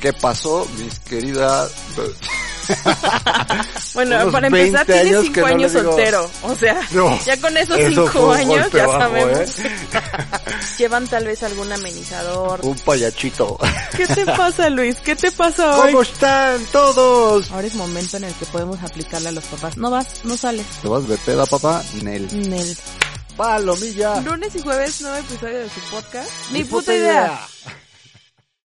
¿Qué pasó, mis queridas? Bueno, Unos para 20 empezar, tienes años 5 que no años le digo- soltero. O sea, No, ya con esos eso 5 fue un años golpe ya bajo, sabemos. ¿eh? Llevan tal vez algún amenizador. Un payachito. ¿Qué te pasa, Luis? ¿Qué te pasa hoy? ¿Cómo están todos? Ahora es momento en el que podemos aplicarle a los papás. No vas, no sales. ¿Te vas de peda, papá? Nel. Nel. Palomilla. Lunes y jueves, nuevo episodio de su podcast. Ni puta idea.